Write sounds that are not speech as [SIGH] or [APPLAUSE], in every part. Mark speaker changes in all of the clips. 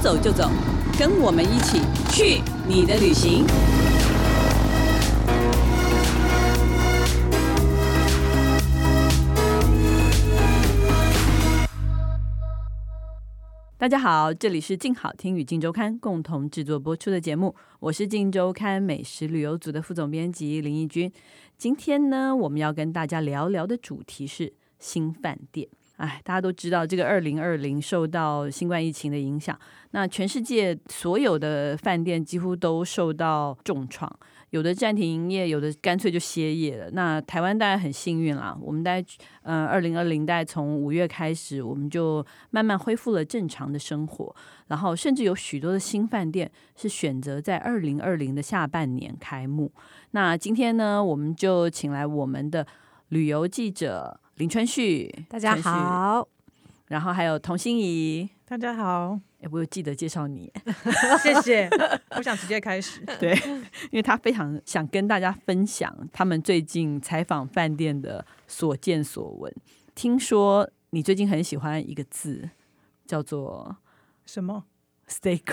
Speaker 1: 走就走，跟我们一起去你的旅行。大家好，这里是静好听与静周刊共同制作播出的节目，我是静周刊美食旅游组的副总编辑林义君。今天呢，我们要跟大家聊聊的主题是新饭店。哎，大家都知道，这个二零二零受到新冠疫情的影响，那全世界所有的饭店几乎都受到重创，有的暂停营业，有的干脆就歇业了。那台湾大家很幸运啦，我们大概呃二零二零大概从五月开始，我们就慢慢恢复了正常的生活，然后甚至有许多的新饭店是选择在二零二零的下半年开幕。那今天呢，我们就请来我们的旅游记者林春旭，
Speaker 2: 大家
Speaker 1: 春旭
Speaker 2: 好，
Speaker 1: 然后还有童心怡，
Speaker 3: 大家好，
Speaker 1: 哎，我有记得介绍你，
Speaker 3: [LAUGHS] 谢谢。我想直接开始。
Speaker 1: 对，因为他非常想跟大家分享他们最近采访饭店的所见所闻。听说你最近很喜欢一个字，叫做
Speaker 3: 什么？
Speaker 1: steak，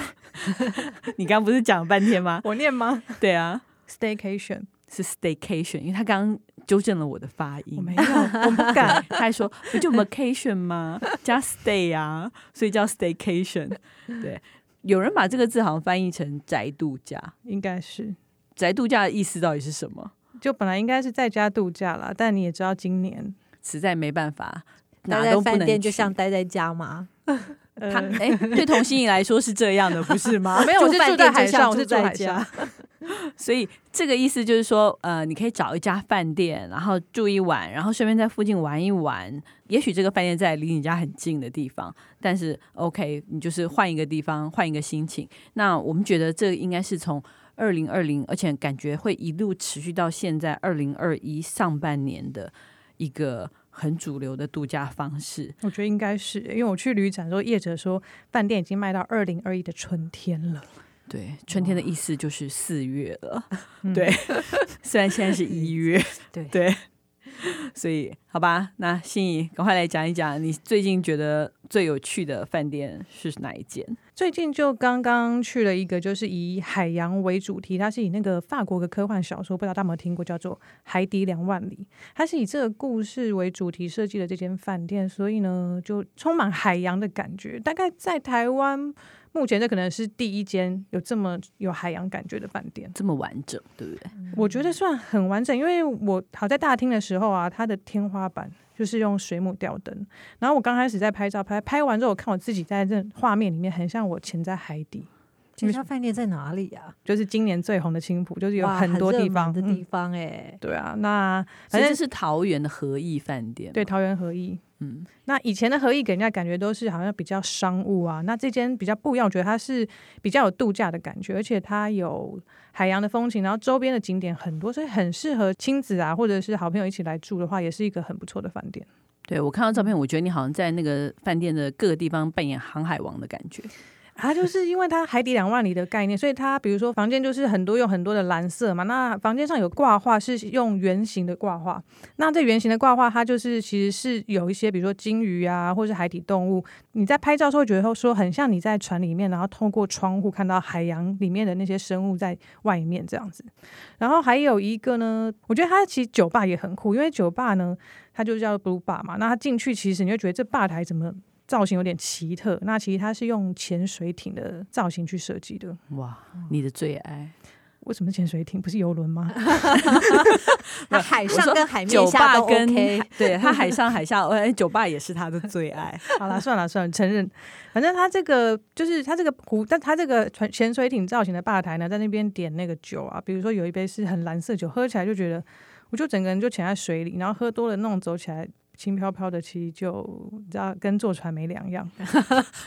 Speaker 1: 你刚刚不是讲了半天吗？
Speaker 3: 我念吗
Speaker 1: 对啊，
Speaker 3: [LAUGHS] ？Staycation，
Speaker 1: 是 staycation，因为他刚刚纠正了我的发音，
Speaker 3: 我没有，我不敢。
Speaker 1: 他还说不就 vacation 吗？加 stay 啊，所以叫 staycation。对，有人把这个字好像翻译成宅度假，
Speaker 3: 应该是，
Speaker 1: 宅度假的意思到底是什么？
Speaker 3: 就本来应该是在家度假啦，但你也知道今年，
Speaker 1: 实在没办法，哪
Speaker 2: 待在
Speaker 1: 都不
Speaker 2: 饭
Speaker 1: 能
Speaker 2: 店就
Speaker 1: 去
Speaker 2: 像待在家嘛。
Speaker 3: 呃
Speaker 1: 他哎、对童 [LAUGHS] 心怡来说是这样的，不是吗？
Speaker 3: 没有，我是
Speaker 2: 饭
Speaker 3: 住
Speaker 2: 店
Speaker 3: 在
Speaker 2: 就
Speaker 3: 海
Speaker 2: 像
Speaker 3: 上，我是
Speaker 2: 住
Speaker 3: 住
Speaker 2: 在
Speaker 3: 海
Speaker 2: 家
Speaker 3: 上。
Speaker 1: [LAUGHS] 所以这个意思就是说，呃，你可以找一家饭店，然后住一晚，然后顺便在附近玩一玩。也许这个饭店在离你家很近的地方，但是 OK，你就是换一个地方，换一个心情。那我们觉得这应该是从二零二零，而且感觉会一路持续到现在二零二一上半年的一个很主流的度假方式。
Speaker 3: 我觉得应该是，因为我去旅展的时候，业者说饭店已经卖到二零二一的春天了。
Speaker 1: 对，春天的意思就是四月了，[LAUGHS]
Speaker 3: 嗯
Speaker 2: [LAUGHS]
Speaker 1: 对虽然现在是一月，
Speaker 2: 对
Speaker 1: 对，所以好吧，那心怡，赶快来讲一讲你最近觉得最有趣的饭店是哪一间？
Speaker 3: 最近就刚刚去了一个，就是以海洋为主题，它是以那个法国的科幻小说，不知道大家有没有听过，叫做《海底两万里》，它是以这个故事为主题设计的这间饭店，所以呢，就充满海洋的感觉。大概在台湾，目前这可能是第一间有这么有海洋感觉的饭店。
Speaker 1: 这么完整，对不对？
Speaker 3: 我觉得算很完整，因为我好在大厅的时候啊，它的天花板就是用水母吊灯。然后我刚开始在拍照拍，拍完之后，我看我自己在这画面里面，很像我潜在海底。
Speaker 2: 这家饭店在哪里呀、
Speaker 3: 就是今年最红的青浦，就是有
Speaker 2: 哇
Speaker 3: 很多
Speaker 2: 热
Speaker 3: 地
Speaker 2: 门
Speaker 3: 方
Speaker 2: 的
Speaker 3: 嗯
Speaker 2: 地方哎、
Speaker 3: 对啊，那
Speaker 1: 反
Speaker 3: 反
Speaker 1: 正
Speaker 3: 正
Speaker 1: 是桃园的和逸饭店，
Speaker 3: 对，桃园合一，
Speaker 1: 嗯，
Speaker 3: 那以前的合一给人家感觉都是好像比较商务啊，那这间比较不一样，我觉得它是比较有度假的感觉，而且它有海洋的风情，然后周边的景点很多，所以很适合亲子啊，或者是好朋友一起来住的话，也是一个很不错的饭店。
Speaker 1: 对我看到照片，我觉得你好像在那个饭店的各个地方扮演航海王的感觉，
Speaker 3: 它啊就是因为它海底两万里的概念，所以它比如说房间就是很多有很多的蓝色嘛，那房间上有挂画是用圆形的挂画，那这圆形的挂画它就是其实是有一些比如说鲸鱼啊，或是海底动物，你在拍照的时候会觉得说很像你在船里面，然后透过窗户看到海洋里面的那些生物在外面这样子。然后还有一个呢，我觉得它其实酒吧也很酷，因为酒吧呢它就叫 Blue Bar 嘛，那它进去其实你就觉得这吧台怎么造型有点奇特。那其实它是用潜水艇的造型去设计的。
Speaker 1: 哇，
Speaker 2: 嗯
Speaker 1: 你的最爱。
Speaker 3: 为什么是潜水艇不是游轮吗？ [LAUGHS]
Speaker 2: 那海
Speaker 1: 我说
Speaker 2: 上跟海面
Speaker 1: 酒
Speaker 2: 下
Speaker 1: 吧
Speaker 2: 都
Speaker 1: 跟
Speaker 2: [LAUGHS] OK。
Speaker 1: [LAUGHS] 对他海上海下，哎，酒吧也是他的最
Speaker 2: [LAUGHS]
Speaker 1: 爱。
Speaker 3: 好啦，算了算了，承认。反正它这个就是它这个湖，但它这个船潜水艇造型的吧台呢，在那边点那个酒啊，比如说有一杯是很蓝色酒，喝起来就觉得，我就整个人就潜在水里，然后喝多了那种走起来轻飘飘的，其实就你知道跟坐船没两样。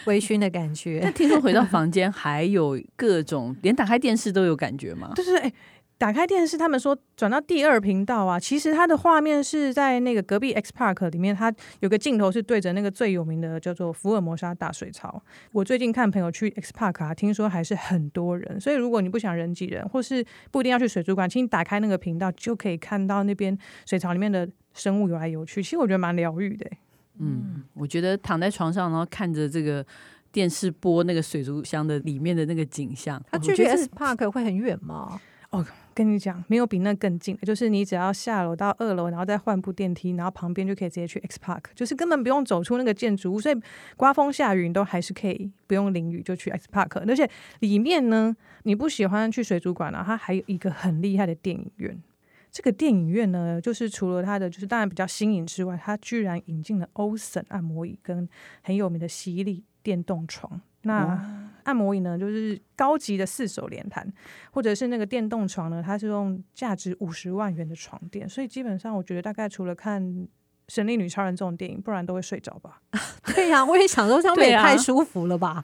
Speaker 2: 微醺的感
Speaker 1: [LAUGHS] 但
Speaker 2: [LAUGHS] 觉，
Speaker 1: 听说回到房间还有各种，连打开电视都有感觉吗？
Speaker 3: 就是哎、打开电视，他们说转到第二频道啊，其实它的画面是在那个隔壁 X Park 里面，它有个镜头是对着那个最有名的叫做福尔摩沙大水槽。我最近看朋友去 X Park 啊，听说还是很多人，所以如果你不想人挤人，或是不一定要去水族馆，请你打开那个频道，就可以看到那边水槽里面的生物游来游去。其实我觉得蛮疗愈的、欸
Speaker 1: 嗯，我觉得躺在床上，然后看着这个电视播那个水族箱的里面的那个景象。
Speaker 2: 它
Speaker 1: 我
Speaker 2: 距
Speaker 1: 觉
Speaker 2: 离
Speaker 1: 得
Speaker 2: S [LAUGHS] Park 会很远吗？
Speaker 3: 跟你讲，没有比那更近的，就是你只要下楼到二楼，然后再换部电梯，然后旁边就可以直接去 X Park，就是根本不用走出那个建筑物，所以刮风下雨你都还是可以不用淋雨就去 X Park。而且里面呢，你不喜欢去水族馆啊，它还有一个很厉害的电影院。这个电影院呢，就是除了它的就是当然比较新颖之外，它居然引进了欧森按摩椅跟很有名的洗力电动床。那按摩椅呢，就是高级的四手连弹，或者是那个电动床呢，它是用价值五十万元的床垫，所以基本上我觉得大概除了看《神力女超人》这种电影，不然都会睡着吧。
Speaker 2: 对呀、我也想说，这样
Speaker 1: 对
Speaker 2: 也
Speaker 1: 啊
Speaker 2: 太舒服了吧？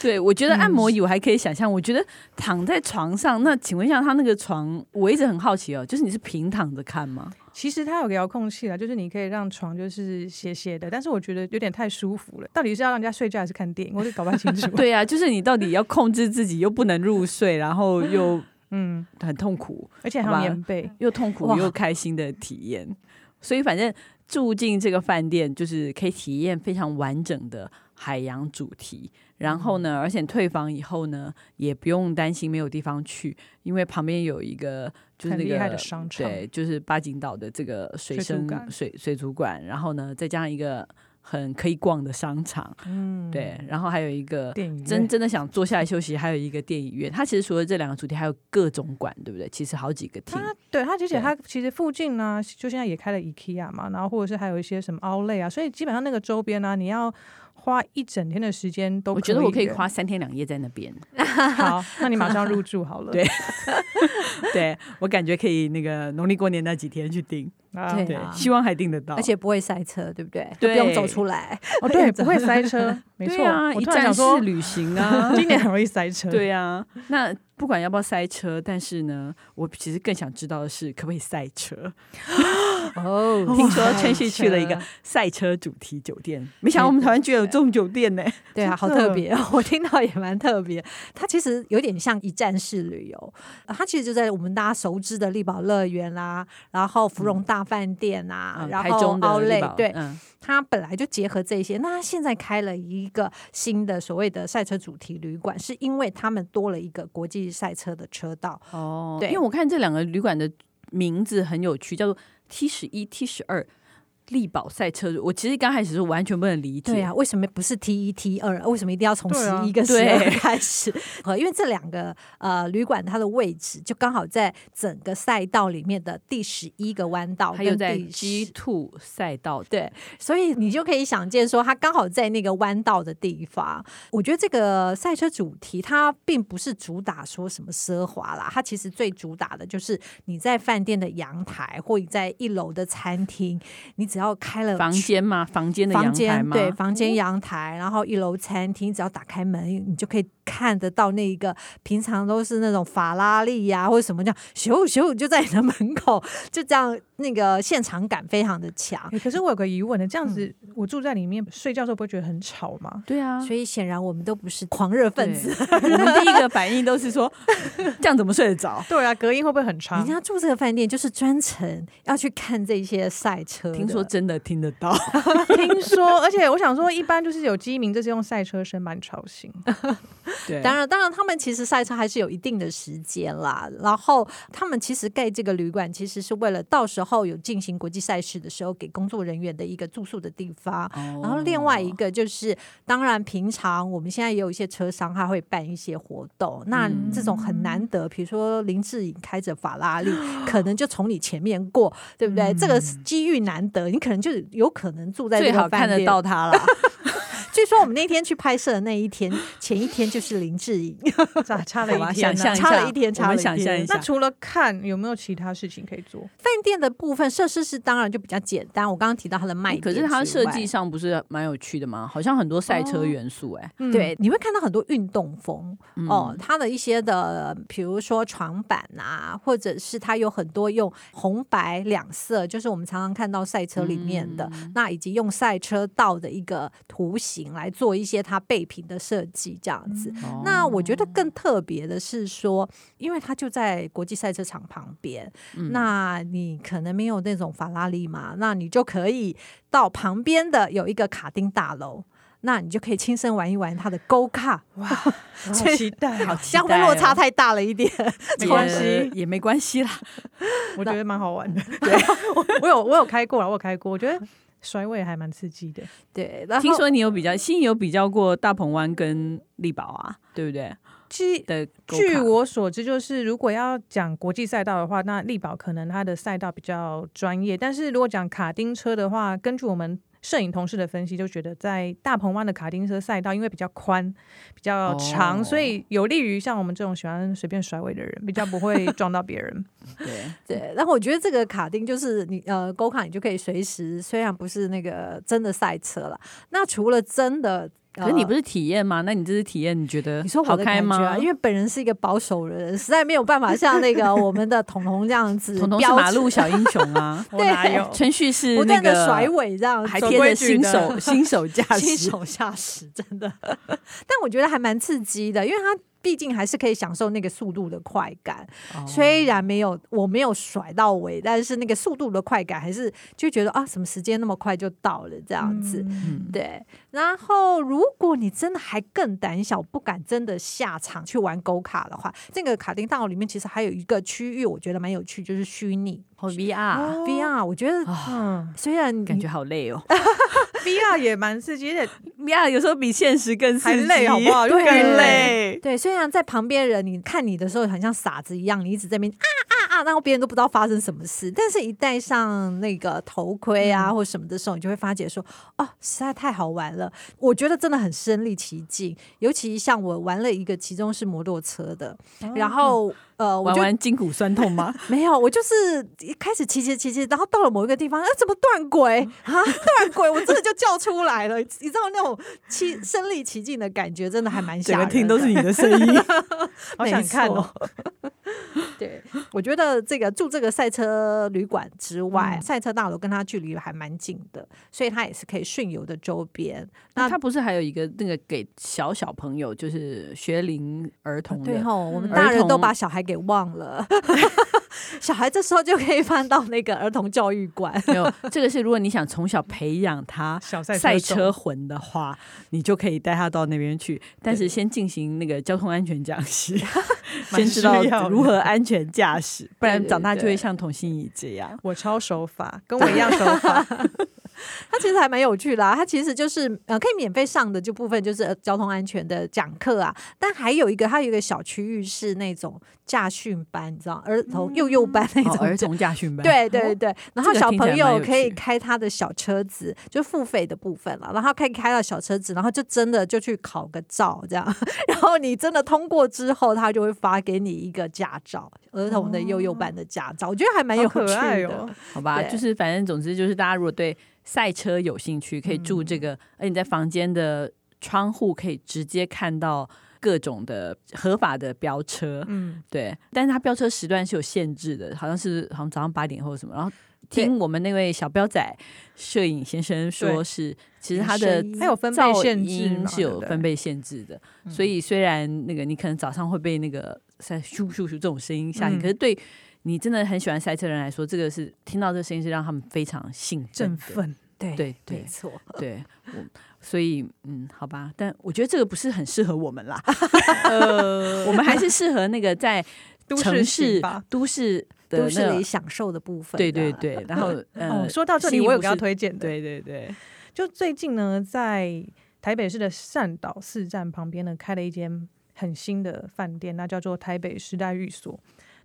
Speaker 1: 对，我觉得
Speaker 3: 嗯
Speaker 1: 按摩椅我还可以想象。我觉得躺在床上，那请问一下，他那个床，我一直很好奇哦，就是你是平躺着看吗？，
Speaker 3: 其实它有个遥控器啦，就是你可以让床就是斜斜的，但是我觉得有点太舒服了。到底是要让人家睡觉还是看电影，我就搞不太清楚。
Speaker 1: [LAUGHS] 对啊，就是你到底要控制自己，又不能入睡，然后又
Speaker 3: 嗯，
Speaker 1: 很痛苦，
Speaker 3: 而且还有
Speaker 1: 好吧
Speaker 3: 棉被，
Speaker 1: 又痛苦
Speaker 2: 哇
Speaker 1: 又开心的体验。所以反正住进这个饭店，就是可以体验非常完整的海洋主题。然后
Speaker 3: 嗯
Speaker 1: 呢，而且退房以后呢，也不用担心没有地方去，因为旁边有一个就是
Speaker 3: 很
Speaker 1: 那
Speaker 3: 厉
Speaker 1: 个
Speaker 3: 害的商场。
Speaker 1: 对，就是八景岛的这个水
Speaker 3: 水族
Speaker 1: 生
Speaker 3: 馆
Speaker 1: 水水族馆，然后呢，再加上一个很可以逛的商场，
Speaker 3: 嗯，
Speaker 1: 对，然后还有一个
Speaker 3: 电影院
Speaker 1: 真真的想坐下来休息，还有一个电影院。它其实除了这两个主题，还有各种馆，对不对？其实好几个厅，
Speaker 3: 它对它，而且
Speaker 1: 对
Speaker 3: 它其实附近呢、就现在也开了 IKEA 嘛，然后或者是还有一些什么 Outlet 啊，所以基本上那个周边呢、你要花一整天的时间都
Speaker 1: 我觉得我可以
Speaker 3: 的
Speaker 1: 花三天两夜在那 [LAUGHS] 边。
Speaker 3: 好，那你马上入住好了。
Speaker 1: 对对我感觉可以那个农历过年那几天去订，
Speaker 3: 啊
Speaker 2: 对
Speaker 1: 对
Speaker 2: 啊，
Speaker 1: 希望还订得到。
Speaker 2: 而且不会塞车，对不对？
Speaker 1: 对
Speaker 2: 都不用走出来。
Speaker 3: 哦对，不会
Speaker 1: [LAUGHS]
Speaker 3: 塞车，没错。
Speaker 1: 对啊，
Speaker 3: 我
Speaker 1: 一
Speaker 3: 突然
Speaker 1: 站
Speaker 3: 想说，
Speaker 1: 式，旅行啊 [LAUGHS]
Speaker 3: 今年很容易塞车。，
Speaker 1: 对啊，那不管要不要塞车，但是呢，我其实更想知道的是，可不可以赛车？
Speaker 2: 哦
Speaker 1: [LAUGHS] 听说陈旭去了一个赛车主题酒店，没想到我 [LAUGHS] 们台湾居然有这种酒店呢、
Speaker 2: 对啊，好
Speaker 3: 真的
Speaker 2: 特别， [LAUGHS] 我听到也蛮特别。它其实有点像一站式旅游，呃它其实就在我们大家熟知的力宝乐园啦，然后芙蓉大饭店啊，
Speaker 1: 嗯
Speaker 2: 然
Speaker 1: 台
Speaker 2: 后
Speaker 1: 中的
Speaker 2: 奥
Speaker 1: 力
Speaker 2: 莱
Speaker 1: 宝，
Speaker 2: 对，
Speaker 1: 嗯，
Speaker 2: 它本来就结合这些，那它现在开了一个新的所谓的赛车主题旅馆，是因为他们多了一个国际赛车的车道，
Speaker 1: 哦，
Speaker 2: 对
Speaker 1: 因为我看这两个旅馆的名字很有趣，叫做 T 十一、T 十二力宝赛车。我其实刚开始是完全不能理解，
Speaker 2: 对啊，为什么不是 T 一 T 二？为什么一定要从
Speaker 3: 对
Speaker 2: 十
Speaker 3: 啊
Speaker 2: 一跟十
Speaker 1: 对
Speaker 2: 二开始？ [LAUGHS] 呃，因为这两个呃旅馆它的位置就刚好在整个赛道里面的第十一个弯道
Speaker 1: 还有
Speaker 2: 跟
Speaker 1: 在
Speaker 2: 第
Speaker 1: G
Speaker 2: 十，
Speaker 1: Two 赛道的
Speaker 2: 对，所以你就可以想见说它刚好在那个弯道的地方。我觉得这个赛车主题它并不是主打说什么奢华啦，它其实最主打的就是你在饭店的阳台或你在一楼的餐厅，你只要开了
Speaker 1: 房间吗？房间的
Speaker 2: 房
Speaker 1: 阳台
Speaker 2: 间
Speaker 1: 吗？嗯哦
Speaker 2: 对，房间阳台，然后一楼餐厅，只要打开门，你就可以看得到那一个平常都是那种法拉利呀、或者什么这样，咻咻就在你的门口，就这样那个现场感非常的强。
Speaker 3: 欸可是我有个疑问呢，这样子我住在里面睡觉的时候不会觉得很吵吗？
Speaker 1: 对啊，
Speaker 2: 所以显然我们都不是狂热分子，
Speaker 1: 对。我们第一个反应都是说， [LAUGHS] 这样怎么睡得着？
Speaker 3: 对啊，隔音会不会很差
Speaker 2: 人？家住这个饭店就是专程要去看这些赛车的。
Speaker 1: 听说真的听得到，
Speaker 3: 听说，而且我想说，一般就是有鸡鸣，就是用赛车声把你吵醒。
Speaker 1: 对
Speaker 2: 当然，当然，他们其实赛车还是有一定的时间啦。然后，他们其实盖这个旅馆，其实是为了到时候有进行国际赛事的时候，给工作人员的一个住宿的地方。
Speaker 1: 然
Speaker 2: 然后，另外
Speaker 1: 哦
Speaker 2: 一个就是，当然，平常我们现在也有一些车商，他会办一些活动。那
Speaker 1: 嗯
Speaker 2: 这种很难得，比如说林志颖开着法拉
Speaker 1: [GASPS]
Speaker 2: 利，可能就从你前面过，对不对？
Speaker 1: 嗯
Speaker 2: 这个机遇难得，你可能就有可能住在这
Speaker 1: 最
Speaker 2: 个
Speaker 1: 好看
Speaker 2: 饭
Speaker 1: 得
Speaker 2: 店。
Speaker 1: 到他了。
Speaker 2: [LAUGHS] 据说我们那天去拍摄的那一天，前一天就是林志颖。
Speaker 3: [LAUGHS] 差差了
Speaker 1: 好吧，
Speaker 3: 一
Speaker 1: 想象一
Speaker 3: 天呢。
Speaker 2: 啊差
Speaker 1: 下，
Speaker 2: 了一天
Speaker 1: 我
Speaker 2: 差了
Speaker 1: 们
Speaker 2: 一
Speaker 1: 想象
Speaker 2: 天
Speaker 1: 一下
Speaker 3: 那。除了看，有没有其他事情可以做？
Speaker 2: 饭店的部分设施是当然就比较简单，我刚刚提到它的卖点
Speaker 1: 哎嗯可
Speaker 2: 之
Speaker 1: 是
Speaker 2: 外，
Speaker 1: 它设计上不是蛮有趣的吗？好像很多赛车元素、哎、
Speaker 3: 嗯，
Speaker 2: 对，你会看到很多运动风、
Speaker 1: 嗯
Speaker 2: 哦，它的一些的，比如说床板啊，或者是它有很多用红白两色，就是我们常常看到赛车里面的，
Speaker 1: 嗯
Speaker 2: 那以及用赛车道的一个图形来做一些它备品的设计，这样子。
Speaker 1: 哦
Speaker 2: 那我觉得更特别的是说，因为它就在国际赛车场旁边，
Speaker 1: 嗯
Speaker 2: 那你可能没有那种法拉利嘛，那你就可以到旁边的有一个卡丁大楼。那你就可以亲身玩一玩它的勾卡，
Speaker 3: 哇，好期待
Speaker 1: 好
Speaker 3: 啊！
Speaker 1: 期
Speaker 2: 这样会
Speaker 1: 待
Speaker 2: 落
Speaker 1: 哦
Speaker 2: 差太大了
Speaker 1: [LAUGHS]
Speaker 2: 一点。
Speaker 3: 没关
Speaker 1: 也
Speaker 3: 系，
Speaker 1: 也没关系啦。
Speaker 3: 我觉得蛮好玩的。我 [LAUGHS] 我有我有开过了，我有开过，我觉得甩尾还蛮刺激的。
Speaker 2: 对，然后
Speaker 1: 听说你有比较，心仪有比较过大鹏湾跟力宝啊，对不对？
Speaker 3: 其实
Speaker 1: 的狗
Speaker 3: 据
Speaker 1: 卡
Speaker 3: 我所知，就是如果要讲国际赛道的话，那力宝可能它的赛道比较专业，但是如果讲卡丁车的话，根据我们。摄影同事的分析就觉得，在大鹏湾的卡丁车赛道，因为比较宽、比较长，
Speaker 1: 哦
Speaker 3: 所以有利于像我们这种喜欢随便甩尾的人，比较不会撞到
Speaker 1: [LAUGHS]
Speaker 3: 别人。，
Speaker 1: 对，
Speaker 2: 对，然后我觉得这个卡丁就是你呃勾卡，你就可以随时，虽然不是那个真的赛车了，那除了真的，呃
Speaker 1: 可是你不是体验吗？那你这次体验，你觉得
Speaker 2: 你说
Speaker 1: 好
Speaker 2: 我的
Speaker 1: 开
Speaker 2: 感觉
Speaker 1: 吗？
Speaker 2: 啊，因为本人是一个保守的人，实在没有办法像
Speaker 1: [LAUGHS]
Speaker 2: 那个我们的彤彤这样子，
Speaker 1: 彤彤是马路小英雄啊
Speaker 2: [LAUGHS]
Speaker 3: 我哪
Speaker 1: [LAUGHS]
Speaker 3: 有？
Speaker 1: 程序是
Speaker 2: 不
Speaker 1: 那
Speaker 2: 断
Speaker 1: 个
Speaker 2: 的甩尾这样子，
Speaker 1: 还
Speaker 3: 走
Speaker 1: 贴
Speaker 3: 规
Speaker 1: 着
Speaker 3: 矩
Speaker 1: 新
Speaker 3: 的
Speaker 2: [LAUGHS]
Speaker 1: 手新手驾驶，
Speaker 2: 新手驾驶，真的。 [LAUGHS] 但我觉得还蛮刺激的，因为它毕竟还是可以享受那个速度的快感。
Speaker 1: 哦
Speaker 2: 虽然没有我没有甩到尾，但是那个速度的快感还是就觉得啊，什么时间那么快就到了这样子。
Speaker 1: 嗯
Speaker 2: 对，然后如果你真的还更胆小，不敢真的下场去玩狗卡的话，这个卡丁大楼里面其实还有一个区域，我觉得蛮有趣，就是虚拟
Speaker 1: 好 VR，
Speaker 2: VR。我觉得
Speaker 1: 哦啊，
Speaker 3: 嗯
Speaker 2: 虽然
Speaker 1: 感
Speaker 2: 你
Speaker 1: 觉好累
Speaker 2: [LAUGHS]
Speaker 1: 哦。
Speaker 3: ，VR 也蛮刺激的，
Speaker 1: VR 有时候比现实更
Speaker 3: 还
Speaker 1: 刺激，
Speaker 3: 累好不好？就更
Speaker 2: 对
Speaker 3: 累。
Speaker 2: 对，虽然在旁边人你看你的时候很像傻子一样，你一直在那边啊啊啊，然后别人都不知道发生什么事，但是一戴上那个头盔
Speaker 1: 嗯
Speaker 2: 啊、或什么的时候，你就会发觉说，哦，实在太好玩了，我觉得真的很身临其境。尤其像我玩了一个，其中是摩托车的，然后呃，
Speaker 1: 哦
Speaker 2: 我
Speaker 1: 玩
Speaker 2: 就
Speaker 1: 玩筋骨酸痛吗？
Speaker 2: 没有，我就是一开始骑骑骑骑，然后到了某一个地方，啊，怎么断轨
Speaker 1: 嗯
Speaker 2: 啊？断轨，我真的就叫出来了，你知道那种其身临其境的感觉，真的还蛮
Speaker 1: 整
Speaker 2: [LAUGHS] 吓人
Speaker 1: 个
Speaker 2: 的。
Speaker 1: 厅都是你的声音，
Speaker 3: 好想看哦！
Speaker 2: 对，我觉得这个住这个赛车旅馆之
Speaker 1: 嗯
Speaker 2: 外，赛车大楼跟它距离还蛮近的，所以它也是可以顺游的周边。那
Speaker 1: 那他不是还有一个那个给小小朋友，就是学龄儿童
Speaker 2: 对
Speaker 1: 的？
Speaker 2: 吼，我们
Speaker 3: 嗯
Speaker 2: 大
Speaker 1: 儿
Speaker 2: 人都
Speaker 1: 童
Speaker 2: 把小孩给忘了， [LAUGHS] 小孩这时候就可以翻到那个儿童教育馆。
Speaker 1: 没有，这个是如果你想从小培养他
Speaker 3: 小赛
Speaker 1: 赛
Speaker 3: 手
Speaker 1: 车魂的话，你就可以带他到那边去，但是先进行那个交通安全讲习，
Speaker 3: 蛮
Speaker 1: 先知道
Speaker 3: 需要的
Speaker 1: 如何安全驾驶，不然
Speaker 2: 对
Speaker 1: 长大就
Speaker 2: 对
Speaker 1: 会像童心怡这样。
Speaker 3: 我抄手法，跟我一样手法。
Speaker 2: 它其实还蛮有趣的、啊，它其实就是呃可以免费上的就部分就是、呃交通安全的讲课啊，但还有一个它有一个小区域是那种驾训班，你知道儿童幼幼班那种、
Speaker 1: 哦，儿童驾训班，，
Speaker 2: 对对对，然后
Speaker 1: 这个
Speaker 2: 小
Speaker 1: 听起
Speaker 2: 朋
Speaker 1: 来蛮
Speaker 2: 友
Speaker 1: 有
Speaker 2: 可以
Speaker 1: 趣
Speaker 2: 开他的小车子，就付费的部分了，然后可以开到小车子，然后就真的就去考个照这样， [LAUGHS] 然后你真的通过之后，他就会发给你一个驾照，儿童的幼幼班
Speaker 1: 哦
Speaker 2: 的驾照，我觉得还蛮有
Speaker 3: 好
Speaker 2: 趣
Speaker 3: 可爱
Speaker 2: 的。
Speaker 3: 哦！
Speaker 1: 好吧，
Speaker 2: 对
Speaker 1: 就是反正总之就是大家如果对赛车有兴趣，可以住
Speaker 2: 嗯
Speaker 1: 这个，而且你在房间的窗户可以直接看到各种的合法的飙车，
Speaker 3: 嗯，
Speaker 1: 对，但是它飙车时段是有限制的，好像是好像早上八点后什么。然后
Speaker 2: 对
Speaker 1: 听我们那位小彪仔摄影先生说
Speaker 3: 对
Speaker 1: 是，其实它的
Speaker 2: 声音
Speaker 3: 嗯还有分贝
Speaker 1: 噪
Speaker 3: 限制
Speaker 1: 音
Speaker 3: 嘛
Speaker 1: 是有分，贝限制的，所以虽然那个你可能早上会被那个赛咻咻咻这种声音吓醒，
Speaker 3: 嗯
Speaker 1: 可是对你真的很喜欢赛车的人来说，这个是听到这个声音是让他们非常兴
Speaker 3: 对
Speaker 1: 奋
Speaker 3: 不对振
Speaker 1: 的。
Speaker 3: 奋。
Speaker 2: 对
Speaker 1: 对对
Speaker 2: 没错。
Speaker 1: 对，我所以嗯，好吧，但我觉得这个不是很适合我们啦，
Speaker 3: 呃，
Speaker 1: 我们还是适合那个在
Speaker 3: 都
Speaker 1: 城
Speaker 3: 市
Speaker 1: 市
Speaker 3: 型吧。
Speaker 1: 都市的
Speaker 2: 都
Speaker 1: 那
Speaker 2: 市
Speaker 1: 种
Speaker 2: 里享受的部分，
Speaker 1: 对对，对，然后
Speaker 3: 哦，
Speaker 1: 呃，
Speaker 3: 说到这里，
Speaker 1: 信义
Speaker 3: 我有
Speaker 1: 不
Speaker 3: 给他
Speaker 1: 是
Speaker 3: 推荐的，
Speaker 1: 对对对，
Speaker 3: 就最近呢，在台北市的善岛市站旁边呢，开了一间很新的饭店，那叫做台北时代寓所。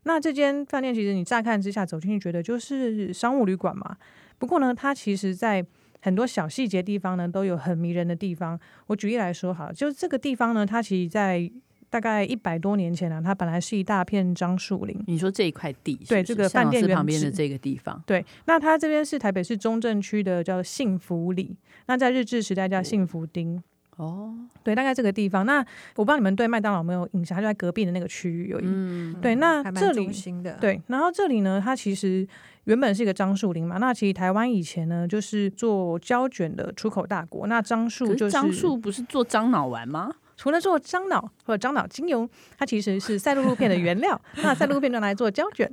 Speaker 3: 那这间饭店其实你乍看之下走进去，觉得就是商务旅馆嘛。不过呢，它其实在很多小细节地方呢，都有很迷人的地方。我举例来说好了，就是这个地方呢，它其实在大概一百多年前啊，它本来是一大片樟树林。
Speaker 1: 你说这一块地是不是，
Speaker 3: 对这个
Speaker 1: 像
Speaker 3: 饭店
Speaker 1: 老师
Speaker 3: 原
Speaker 1: 旁边的
Speaker 3: 址
Speaker 1: 这个地方，
Speaker 3: 对，那它这边是台北市中正区的叫幸福里，那在日治时代叫幸福町。
Speaker 1: 哦，
Speaker 3: 对，大概这个地方。那我不知道你们对麦当劳有没有印象，它就在隔壁的那个区域有一。
Speaker 1: 嗯，
Speaker 3: 对，那
Speaker 2: 还
Speaker 3: 这
Speaker 2: 蛮
Speaker 3: 里
Speaker 2: 中心的，
Speaker 3: 对，然后这里呢，它其实原本是一个樟树林嘛。那其实台湾以前呢，就是做胶卷的出口大国。那樟树
Speaker 1: 可
Speaker 3: 就是
Speaker 1: 樟树不是做樟脑丸
Speaker 3: [LAUGHS]
Speaker 1: 吗？
Speaker 3: 除了做樟脑或者樟脑精油，它其实是赛璐璐片的原料。那赛璐璐片就拿来做胶卷。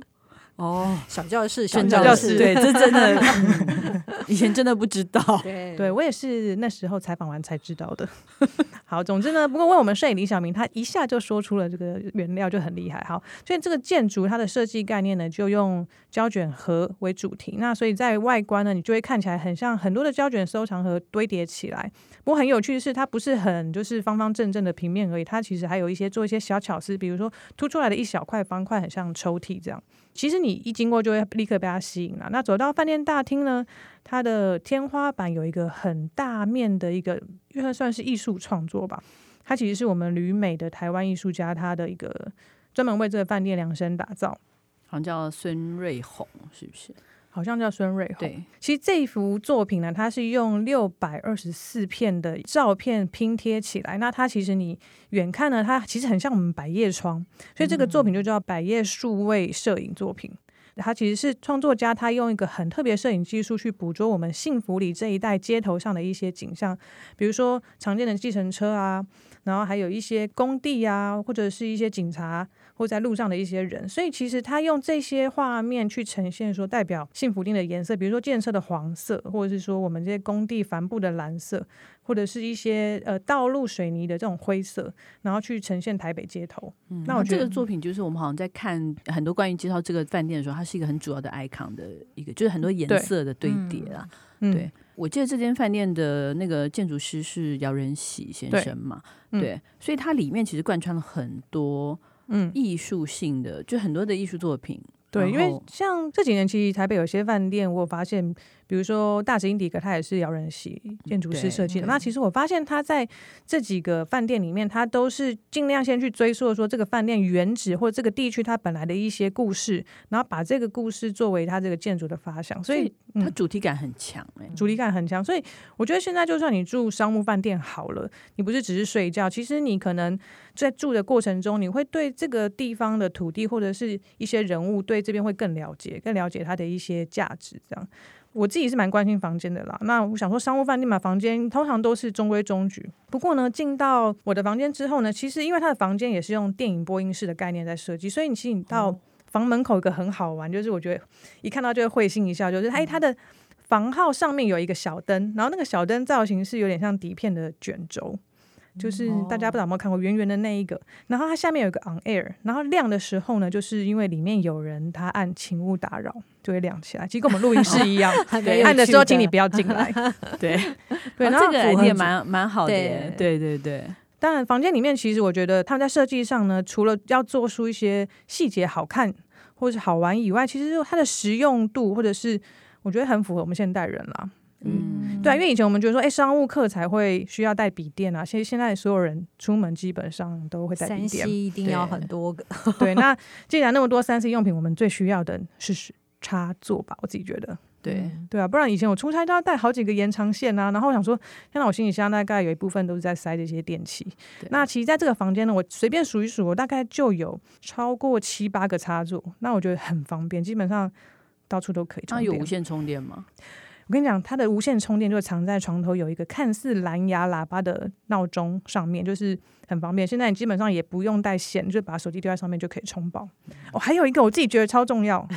Speaker 1: 哦，
Speaker 2: 小教室，小
Speaker 1: 正教
Speaker 3: 正
Speaker 2: 教
Speaker 3: 教
Speaker 1: 室，
Speaker 2: 室，
Speaker 1: 对，这真的以前真的不知 [LAUGHS] 道。
Speaker 2: 对
Speaker 3: 对我也是那时候采访完才知道的。 [LAUGHS] 好，总之呢，不过为我们摄影李小明，他一下就说出了这个原料，就很厉害。好，所以这个建筑它的设计概念呢，就用胶卷盒为主题。那所以在外观呢，你就会看起来很像很多的胶卷收藏盒堆叠起来。不过很有趣的是，它不是很就是方方正正的平面而已，它其实还有一些做一些小巧思，比如说凸出来的一小块方块，很像抽屉这样。其实你一经过就会立刻被它吸引了。那走到饭店大厅呢，它的天花板有一个很大面的一个，因为算是艺术创作吧。它其实是我们旅美的台湾艺术家，他的一个专门为这个饭店量身打造，
Speaker 1: 好像叫孙瑞红，是不是？
Speaker 3: 好像叫孙瑞红。
Speaker 1: 对，
Speaker 3: 其实这一幅作品呢，它是用六百二十四片的照片拼贴起来。那它其实你远看呢，它其实很像我们百叶窗，所以这个作品就叫百叶数位摄影作品。它其实是创作家他用一个很特别的摄影技术去捕捉我们幸福里这一带街头上的一些景象，比如说常见的计程车啊，然后还有一些工地啊，或者是一些警察或在路上的一些人，所以其实他用这些画面去呈现说代表幸福令的颜色，比如说建设的黄色，或者是说我们这些工地帆布的蓝色，或者是一些呃道路水泥的这种灰色，然后去呈现台北街头。那我觉
Speaker 1: 嗯这
Speaker 3: 得
Speaker 1: 个作品就是我们好像在看很多关于介绍这个饭店的时候，它是一个很主要的 icon 的一个，就是很多颜
Speaker 3: 对
Speaker 1: 色的对叠啊。
Speaker 3: 嗯
Speaker 1: 对，我记得这间饭店的那个建筑师是姚仁喜先生嘛，
Speaker 3: 对嗯
Speaker 1: 对，所以它里面其实贯穿了很多
Speaker 3: 嗯，
Speaker 1: 艺术性的，就很多的艺术作品。
Speaker 3: 对，因
Speaker 1: 然
Speaker 3: 为
Speaker 1: 后
Speaker 3: 像这几年其实台北有些饭店，我有发现，比如说大直英迪格，它也是姚仁喜建筑师设计
Speaker 1: 对
Speaker 3: 的。那其实我发现他在这几个饭店里面，他都是尽量先去追溯说这个饭店原址或这个地区它本来的一些故事，然后把这个故事作为它这个建筑的发想，
Speaker 1: 所
Speaker 3: 所以
Speaker 1: 以它
Speaker 3: 嗯
Speaker 1: 主题感很强哎、
Speaker 3: 主力感很强。所以我觉得现在就算你住商务饭店好了，你不是只是睡觉，其实你可能在住的过程中，你会对这个地方的土地或者是一些人物，对这边会更了解，更了解它的一些价值。这样，我自己是蛮关心房间的啦。那我想说，商务饭店嘛，房间通常都是中规中矩。不过呢，进到我的房间之后呢，其实因为它的房间也是用电影播映室的概念在设计，所以你其实你到房门口有一个很好玩，就是我觉得一看到就会会心一笑，就是哎，它的房号上面有一个小灯，然后那个小灯造型是有点像底片的卷轴，就是大家不知道有没有看过圆圆的那一个，然后它下面有一个 on air，然后亮的时候呢，就是因为里面有人他按请勿打扰就会亮起来，其实跟我们录音室一样，
Speaker 2: 还蛮
Speaker 1: 对
Speaker 2: 有
Speaker 3: 按的
Speaker 2: 趣
Speaker 3: 时候请你不要进
Speaker 1: [LAUGHS]
Speaker 3: 来。
Speaker 1: 对
Speaker 3: 对，
Speaker 1: 哦
Speaker 3: 然后
Speaker 1: 这个
Speaker 3: 符合
Speaker 1: idea 蛮蛮好的耶，对
Speaker 2: 对
Speaker 1: 对对，
Speaker 3: 当然，房间里面其实我觉得他们在设计上呢，除了要做出一些细节好看或是好玩以外，其实它的实用度或者是我觉得很符合我们现代人啦。
Speaker 1: 嗯，
Speaker 3: 对啊，因为以前我们觉得说，哎、商务客才会需要带笔电啊，其实现在所有人出门基本上都会带笔
Speaker 2: 山
Speaker 3: 电。
Speaker 2: 西一定
Speaker 1: 对
Speaker 2: 要很多个，
Speaker 3: 对，那既然那么多三 C 用品，我们最需要的是插座吧？我自己觉得。
Speaker 1: 对，
Speaker 2: 嗯
Speaker 3: 对啊，不然以前我出差都要带好几个延长线啊。然后我想说，现在我行李箱大概有一部分都是在塞这些电器
Speaker 1: 对。
Speaker 3: 那其实在这个房间呢，我随便数一数，我大概就有超过七八个插座。那我觉得很方便，基本上到处都可以充
Speaker 1: 它
Speaker 3: 电。
Speaker 1: 有无线充电吗？
Speaker 3: 我跟你讲，它的无线充电就藏在床头有一个看似蓝牙喇叭的闹钟上面，就是很方便。现在你基本上也不用带线，就把手机丢在上面就可以充饱。哦，还有一个我自己觉得超重要，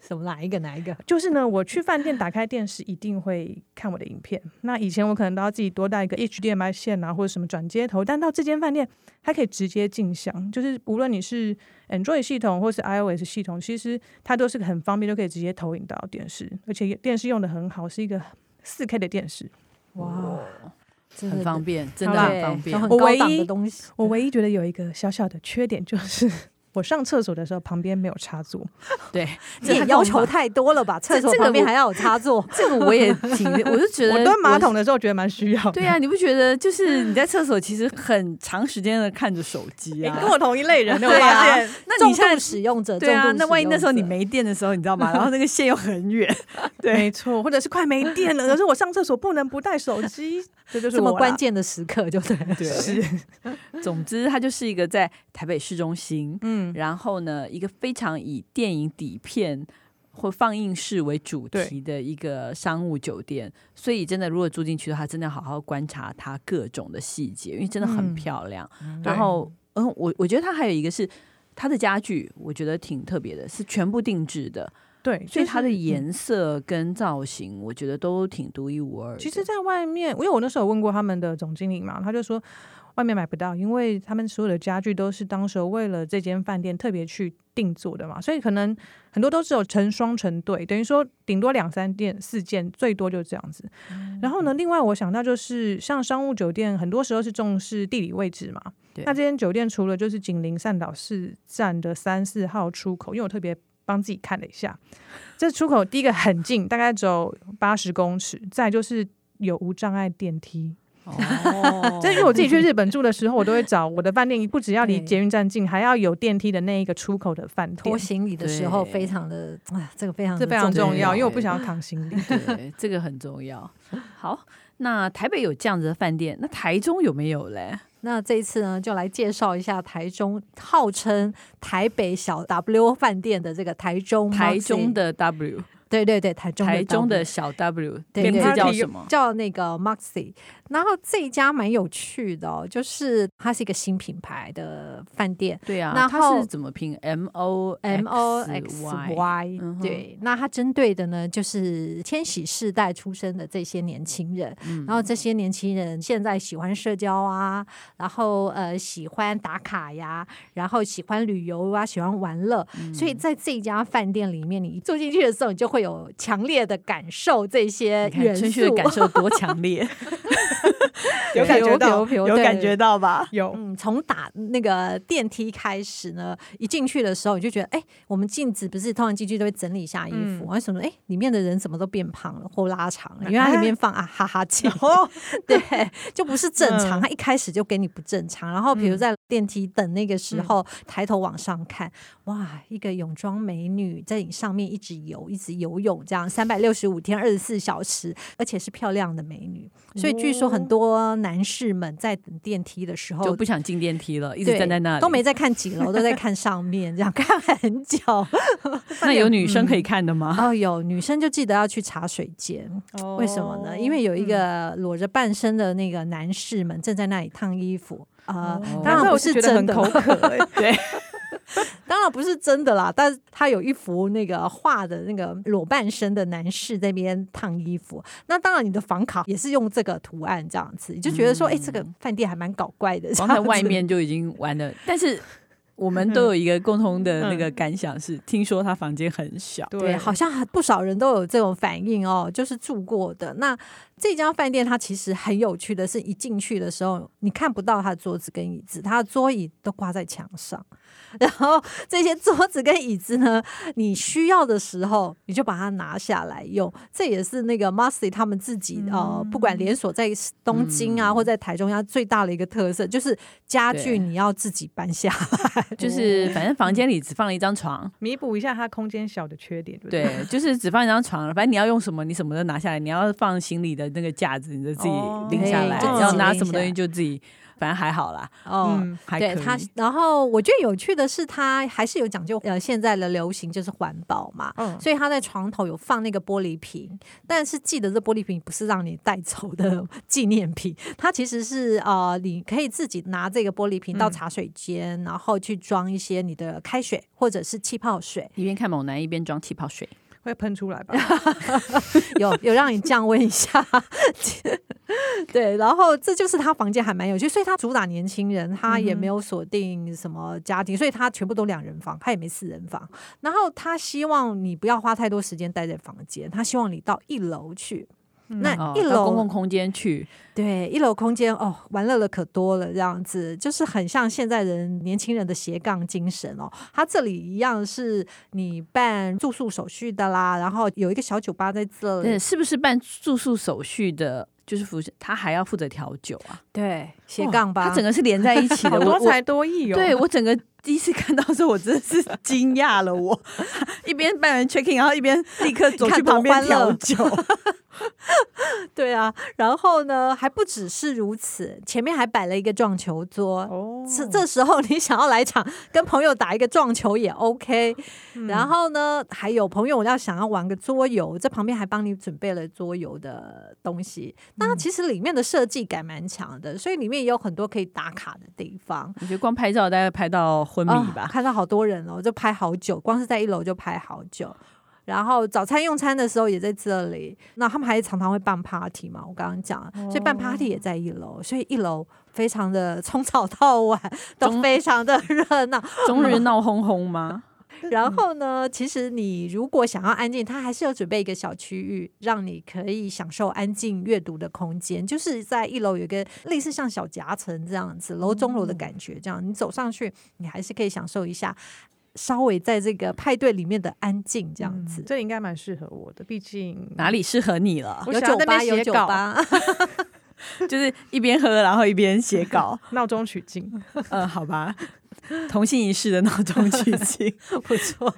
Speaker 2: 什么哪一个哪一个？
Speaker 3: 就是呢，我去饭店打开电视一定会看我的影片。那以前我可能都要自己多带一个 HDMI 线啊，或者什么转接头，但到这间饭店它可以直接进箱，就是无论你是 Android 系统或是 iOS 系统，其实它都是很方便，就可以直接投影到电视，而且电视用的很好，是一个4 K 的电视。
Speaker 2: 哇，真的
Speaker 1: 很方便，真
Speaker 3: 好
Speaker 1: 的
Speaker 3: 啦
Speaker 1: 很方便
Speaker 2: 都。很
Speaker 3: 我
Speaker 2: 高
Speaker 3: 唯
Speaker 2: 档
Speaker 3: 一
Speaker 2: 的东西。
Speaker 3: 我唯一觉得有一个小小的缺点就是。 [LAUGHS] 我上厕所的时候，旁边没有插座，
Speaker 1: 对，
Speaker 2: 你
Speaker 1: [LAUGHS] 这
Speaker 2: 也
Speaker 1: 它跟
Speaker 2: 要
Speaker 1: 我
Speaker 2: 求
Speaker 1: 们
Speaker 2: 太多了吧？厕所
Speaker 1: 这个
Speaker 2: 旁边
Speaker 1: 我
Speaker 2: 还要有
Speaker 1: [LAUGHS]
Speaker 2: 插座，
Speaker 1: 这个我也挺，我就
Speaker 2: [LAUGHS]
Speaker 1: 觉得
Speaker 3: 我蹲马桶的时候觉得蛮需要
Speaker 1: [LAUGHS]
Speaker 3: 的。
Speaker 1: 对呀、啊你不觉得就是你在厕所其实很长时间的看着手机
Speaker 3: 诶
Speaker 2: 哎
Speaker 1: 啊？
Speaker 3: 跟我同一类人，我
Speaker 1: 对啊
Speaker 3: 发现
Speaker 1: 那
Speaker 2: 重
Speaker 1: 你现
Speaker 2: 度
Speaker 1: 在
Speaker 2: 使用者，
Speaker 1: 对啊
Speaker 2: 重，度
Speaker 1: 那万一
Speaker 2: 使
Speaker 1: 那时候
Speaker 2: 用
Speaker 1: 你
Speaker 2: 者
Speaker 1: 没电的时候，你知道吗？然后那个线又很远，
Speaker 3: 没错，或者是快没电了，可是我上厕所不能不带手机，这就是
Speaker 2: 这么
Speaker 3: 我啦
Speaker 2: 关。键的时刻，就 [LAUGHS] 对了。
Speaker 1: [LAUGHS] 对，是。总之，它就是一个在台北市中心，
Speaker 3: 嗯，
Speaker 1: 然后呢，一个非常以电影底片或放映室为主题的一个商务酒店。所以，真的如果住进去的话，真的好好观察它各种的细节，因为真的很
Speaker 3: 嗯
Speaker 1: 漂亮。
Speaker 3: 对
Speaker 1: 然后，嗯，我我觉得它还有一个是它的家具，我觉得挺特别的，是全部定制的。
Speaker 3: 对，
Speaker 1: 所以它的
Speaker 3: 就是嗯
Speaker 1: 颜色跟造型，我觉得都挺独一无二的。
Speaker 3: 其实，在外面，因为我那时候有问过他们的总经理嘛，他就说外面买不到，因为他们所有的家具都是当时候为了这间饭店特别去定做的嘛，所以可能很多都只有成双成对，等于说顶多两三件、四件，最多就这样子。然后呢，另外我想到就是像商务酒店，很多时候是重视地理位置嘛。
Speaker 1: 对
Speaker 3: 那这间酒店除了就是紧邻善导市站的三四号出口，因为我特别帮自己看了一下，这出口第一个很近，大概只有八十公尺，再就是有无障碍电梯。
Speaker 1: 哦
Speaker 3: [LAUGHS] 这因为我自己去日本住的时候，我都会找我的饭店，不只要离捷运站近，还要有电梯的那一个出口的饭
Speaker 2: 拖
Speaker 3: 店，
Speaker 2: 行李的时候
Speaker 1: 对
Speaker 2: 非常的，哎，这个非常
Speaker 3: 这
Speaker 2: 的
Speaker 3: 非常重要，
Speaker 1: 对
Speaker 3: 因为我不想要扛行
Speaker 1: [LAUGHS]
Speaker 3: 李。
Speaker 1: 对，这个很重
Speaker 3: [LAUGHS]
Speaker 1: 要。好，那台北有这样子的饭店，那台中有没有嘞？
Speaker 2: 那这一次呢，就来介绍一下台中号称台北小 W 饭店的这个台中
Speaker 1: 台中
Speaker 2: Moxie，
Speaker 1: 的 W，
Speaker 2: 对对对，台中
Speaker 1: 台中
Speaker 2: W
Speaker 1: 的小 W，
Speaker 2: 对
Speaker 1: 名字
Speaker 2: 对
Speaker 1: 叫
Speaker 3: 对
Speaker 1: 什么？
Speaker 2: 叫那个 Maxi，然后这一家蛮有趣的哦，就是它是一个新品牌的饭店
Speaker 1: 对啊，
Speaker 2: 然
Speaker 1: 它
Speaker 2: 后
Speaker 1: 是怎么拼？M O
Speaker 2: ，M O X
Speaker 1: Y。
Speaker 2: Y，
Speaker 1: 嗯哼
Speaker 2: 对，那它针对的呢就是千禧世代出生的这些年轻人，
Speaker 1: 嗯
Speaker 2: 然后这些年轻人现在喜欢社交啊，然后呃喜欢打卡呀，然后喜欢旅游啊，喜欢玩乐，
Speaker 1: 嗯
Speaker 2: 所以在这家饭店里面，你一住进去的时候，你就会有强烈的感受这些
Speaker 1: 你看
Speaker 2: 元
Speaker 1: 春旭的
Speaker 2: 素。
Speaker 1: 感受
Speaker 2: [LAUGHS]
Speaker 1: 多强烈，
Speaker 3: 有感觉到
Speaker 2: 有有有感觉
Speaker 1: 到吧？
Speaker 3: 有，
Speaker 2: 嗯，从打那个电梯开始呢，一进去的时候你就觉得，哎、我们镜子不是通常进去都会整理一下衣服，
Speaker 3: 嗯
Speaker 2: 为什么？哎、里面的人怎么都变胖了或拉长了？因为它里面放啊哈哈镜，
Speaker 3: 哦，
Speaker 2: [LAUGHS] 对，就不是正常。
Speaker 3: 嗯
Speaker 2: 它一开始就给你不正常，然后比如
Speaker 3: 嗯
Speaker 2: 在电梯等那个时候，抬头往上看，哇，一个泳装美女在你上面一直游，一直游泳，这样三百六十五天二十四小时，而且是漂亮的美女。所以据
Speaker 3: 哦
Speaker 2: 说很多男士们在等电梯的时候
Speaker 1: 就不想进电梯了，一
Speaker 2: 一
Speaker 1: 直站在那里。
Speaker 2: 都没在看几楼，都在看上面，这样 [LAUGHS] 看很久。
Speaker 1: 那有女生可以看的
Speaker 2: [LAUGHS]
Speaker 1: 吗？ [LAUGHS]
Speaker 2: 哦，有女生就记得要去茶水间，
Speaker 1: 哦
Speaker 2: [LAUGHS] 为什么呢？因为有一
Speaker 1: 嗯
Speaker 2: 个裸着半身的那个男士们正在那里烫衣服。啊、
Speaker 3: 哦难
Speaker 2: 当然
Speaker 3: 怪
Speaker 2: 不
Speaker 3: 我
Speaker 2: 是
Speaker 3: 就觉得
Speaker 2: 真
Speaker 3: 很
Speaker 2: 的，
Speaker 3: 口渴，哎对，
Speaker 2: 当然不是真的啦。但是他有一幅那个画的那个裸半身的男士在那边烫衣服，那当然你的房卡也是用这个图案这样子，你就觉得说，哎、这个饭店还蛮搞怪的。
Speaker 1: 嗯光在外，面就已经玩的，但是我们都有一个共同的那个
Speaker 2: 嗯
Speaker 1: 感想是，听说他房间很小，
Speaker 2: 对，好像很不少人都有这种反应哦，就是住过的。那这家饭店它其实很有趣的是，一进去的时候你看不到它的桌子跟椅子，它的桌椅都挂在墙上， [LAUGHS] 然后这些桌子跟椅子呢，你需要的时候你就把它拿下来用。这也是那个 m a s y 他们自己、呃，不管连锁在东京啊、
Speaker 1: 嗯
Speaker 2: 或在台中，它最大的一个特色就是家具
Speaker 1: 对
Speaker 2: 你要自己
Speaker 1: [LAUGHS]
Speaker 2: 搬下来。
Speaker 1: 就是反正房间里只放了一张床，
Speaker 3: 弥补一下它空间小的缺点，对不对？
Speaker 1: [LAUGHS] 对，就是只放一张床，反正你要用什么，你什么都拿下来。你要放行李的那个架子，你就自己
Speaker 3: 哦
Speaker 1: 拎下来。
Speaker 3: 对就自己
Speaker 1: 要拿
Speaker 2: 拎
Speaker 1: 什么
Speaker 2: 下
Speaker 1: 东西就自己，反正还好啦，
Speaker 2: 哦
Speaker 3: 嗯
Speaker 1: 还可
Speaker 2: 对
Speaker 1: 以。
Speaker 2: 它，然后我觉得有趣的是，它还是有讲究，呃，现在的流行就是环保嘛，
Speaker 3: 嗯，
Speaker 2: 所以它在床头有放那个玻璃瓶，但是记得这玻璃瓶不是让你带走的 [LAUGHS] 纪念品，它其实是呃，你可以自己拿这个玻璃瓶到
Speaker 3: 嗯
Speaker 2: 茶水间，然后去装一些你的开水或者是气泡水，
Speaker 1: 一边看猛男一边装气泡水，
Speaker 3: 会喷出来吧？
Speaker 2: [LAUGHS] 有有让你降温一下，对，然后这就是他房间还蛮有趣，所以他主打年轻人，他
Speaker 1: 嗯
Speaker 2: 也没有锁定什么家庭，所以他全部都两人房，他也没四人房。然后他希望你不要花太多时间待在房间，他希望你到一楼去。那
Speaker 1: 哦
Speaker 2: 一
Speaker 1: 到
Speaker 2: 楼
Speaker 1: 公共空间去，
Speaker 2: 对一楼空间哦，玩乐的可多了，这样子就是很像现在人年轻人的斜杠精神哦。他这里一样是你办住宿手续的啦，然后有一个小酒吧在这里
Speaker 1: 对，，是不是办住宿手续的？就是服他还要负责调酒啊，
Speaker 2: 对斜
Speaker 3: 哇
Speaker 2: 杠吧，
Speaker 1: 他整个是连在一 [LAUGHS] 起的。
Speaker 3: 好
Speaker 1: 我
Speaker 3: 多
Speaker 1: 我
Speaker 3: 才多艺哦，
Speaker 1: 对我整个第一次看到的时候，我真的 [LAUGHS] 是惊讶了我。 [LAUGHS] 一边办完 check in，然后一边立刻走去
Speaker 2: 看到
Speaker 1: 旁边
Speaker 2: 欢
Speaker 1: 调
Speaker 2: 乐
Speaker 1: 酒。
Speaker 2: [LAUGHS] 对啊，然后呢，还不只是如此，前面还摆了一个撞球桌。
Speaker 3: 哦，
Speaker 2: 这这时候你想要来场跟朋友打一个撞球也
Speaker 3: [LAUGHS]
Speaker 2: OK，、
Speaker 3: 嗯
Speaker 2: 然后呢，还有朋友要想要玩个桌游，这旁边还帮你准备了桌游的东西。
Speaker 3: 嗯
Speaker 2: 那其实里面的设计感蛮强的，所以里面也有很多可以打卡的地方。
Speaker 1: [LAUGHS] 我觉得光拍照大概拍到昏迷 [LAUGHS]
Speaker 2: 啊，
Speaker 1: 吧。
Speaker 2: 哦看到好多人哦，就拍好久，光是在一楼就拍好久。然后早餐用餐的时候也在这里。那他们还常常会办 party 嘛，我刚刚讲，所以办 party
Speaker 1: 哦
Speaker 2: 也在一楼，所以一楼非常 [LAUGHS] 的从早到晚都
Speaker 1: 中
Speaker 2: 非常的 [LAUGHS] 热闹。
Speaker 1: [LAUGHS] 终日闹哄哄吗？
Speaker 2: 然后呢，其实你如果想要安静，它还是有准备一个小区域，让你可以享受安静阅读的空间。就是在一楼有一个类似像小夹层这样子，楼中楼的感觉，这样你走上去，你还是可以享受一下。稍微在这个派对里面的安静，这样子、
Speaker 3: 嗯这里应该蛮适合我的，毕竟
Speaker 1: 哪里适合你了？ [LAUGHS]
Speaker 3: 我
Speaker 2: 有
Speaker 3: 想要
Speaker 2: 酒
Speaker 3: 在那
Speaker 2: 吧，
Speaker 3: 边
Speaker 2: 有
Speaker 3: 写
Speaker 2: 酒
Speaker 3: 稿
Speaker 2: 吧，
Speaker 1: 就是一边喝，然后一边写稿。
Speaker 3: 闹中取静。
Speaker 1: 嗯，好吧，同性一世的闹钟取经。
Speaker 2: 不错。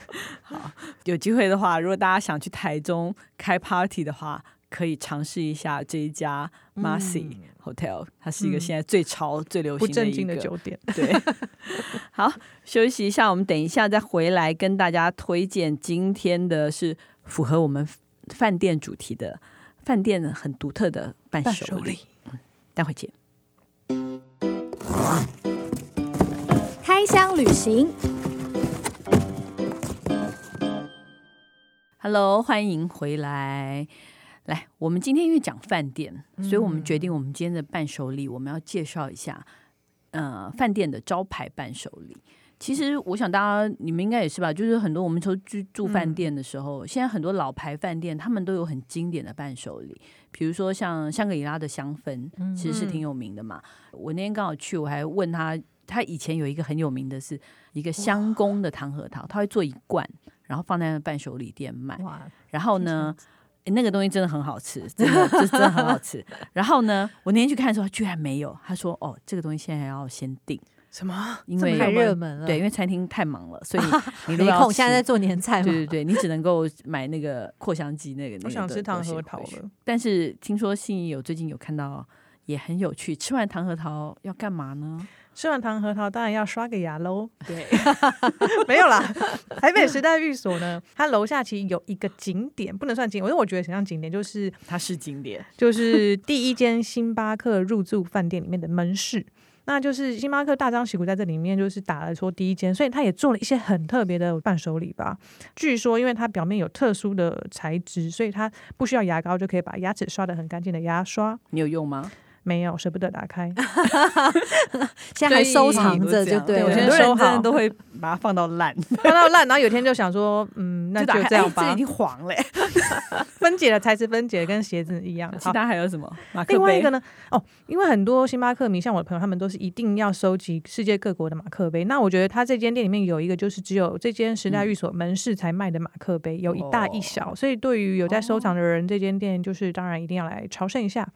Speaker 1: 有机会的话，如果大家想去台中开 party 的话，可以尝试一下这一家 Marcy、Hotel，它是一个
Speaker 3: 嗯
Speaker 1: 现在最潮、最流
Speaker 3: 不
Speaker 1: 行的
Speaker 3: 正
Speaker 1: 一
Speaker 3: 经的
Speaker 1: 个
Speaker 3: 酒店，
Speaker 1: 对， [LAUGHS] 好，休息一下，我们等一下再回来跟大家推荐今天的是符合我们饭店主题的饭店很独特的伴手礼。待会见。
Speaker 4: 开箱旅行，
Speaker 1: Hello，欢迎回来。来，我们今天因为讲饭店，所以我们决定我们今天的伴手礼，我们要介绍一下，呃，饭店的招牌伴手礼。其实我想大家你们应该也是吧，就是很多我们说居住饭店的时候，现在很多老牌饭店他们都有很经典的伴手礼，比如说像香格里拉的香氛，其实是挺有名的嘛。我那天刚好去，我还问他，他以前有一个很有名的是一个香宫的糖核桃，他会做一罐，然后放在那伴手礼店卖。
Speaker 2: 哇，
Speaker 1: 然后呢，诶那个东西真的很好吃，真的这真的很好吃。然后呢，我那天去看的时候，居然没有。他说：“哦，这个东西现在要先订，
Speaker 3: 什么？
Speaker 1: 因
Speaker 2: 这么
Speaker 1: 为
Speaker 2: 太热门了，
Speaker 1: 对，因，为餐厅太忙了，所以你如
Speaker 2: 没
Speaker 1: 果要
Speaker 2: 空，
Speaker 1: 吃
Speaker 2: 现在在做年菜嘛，
Speaker 1: 对对对，你只能够买那个扩香机那个。那个
Speaker 3: 我想
Speaker 1: 的
Speaker 3: 吃糖
Speaker 1: 东西
Speaker 3: 核
Speaker 1: 回
Speaker 3: 桃
Speaker 1: 去
Speaker 3: 了。
Speaker 1: 但是听说信义有最近有看到。”也很有趣，吃完糖核桃要干嘛呢？
Speaker 3: 吃完糖核桃，当然要刷个牙喽。
Speaker 1: 对，
Speaker 3: [LAUGHS] 没有啦， [LAUGHS] 台北时代寓所
Speaker 1: [LAUGHS]
Speaker 3: 呢，它楼下其实有一个景点，不能算景点，因为我觉得很像景点，就是
Speaker 1: 它是景点，
Speaker 3: 就是第一间星巴克入住饭店里面的门市。那就是星巴克大张旗鼓在这里面就是打了说第一间，所以他也做了一些很特别的伴手礼吧。据说因为它表面有特殊的材质，所以它不需要牙膏就可以把牙齿刷得很干净的牙刷，
Speaker 1: 你有用吗？
Speaker 3: 没有舍不得
Speaker 1: [LAUGHS]
Speaker 3: 打开。
Speaker 2: 现在还收藏着就
Speaker 1: 对，
Speaker 3: 我
Speaker 2: 了，
Speaker 3: 先
Speaker 1: 很多人
Speaker 3: 收
Speaker 1: 真的
Speaker 3: 好
Speaker 1: 都会把它放到烂， [LAUGHS]
Speaker 3: 看到烂，然后有一天就想说，嗯，那
Speaker 1: 打
Speaker 3: 就
Speaker 1: 开
Speaker 3: 这样
Speaker 1: 哎
Speaker 3: 吧。
Speaker 1: [LAUGHS] 这已经黄了、欸。
Speaker 3: 分解了才是分解，跟鞋子一样。
Speaker 1: 其
Speaker 3: 好，
Speaker 1: 他还有什么？马克杯
Speaker 3: 另外一个呢，哦，因为很多星巴克迷，像我的朋友，他们都是一定要收集世界各国的马克杯。那我觉得他这间店里面有一个，就是只有这间时代寓所门市才卖的马克杯，有一大一小，所以对于有在收藏的人，这间店就是当然一定要来朝圣一下。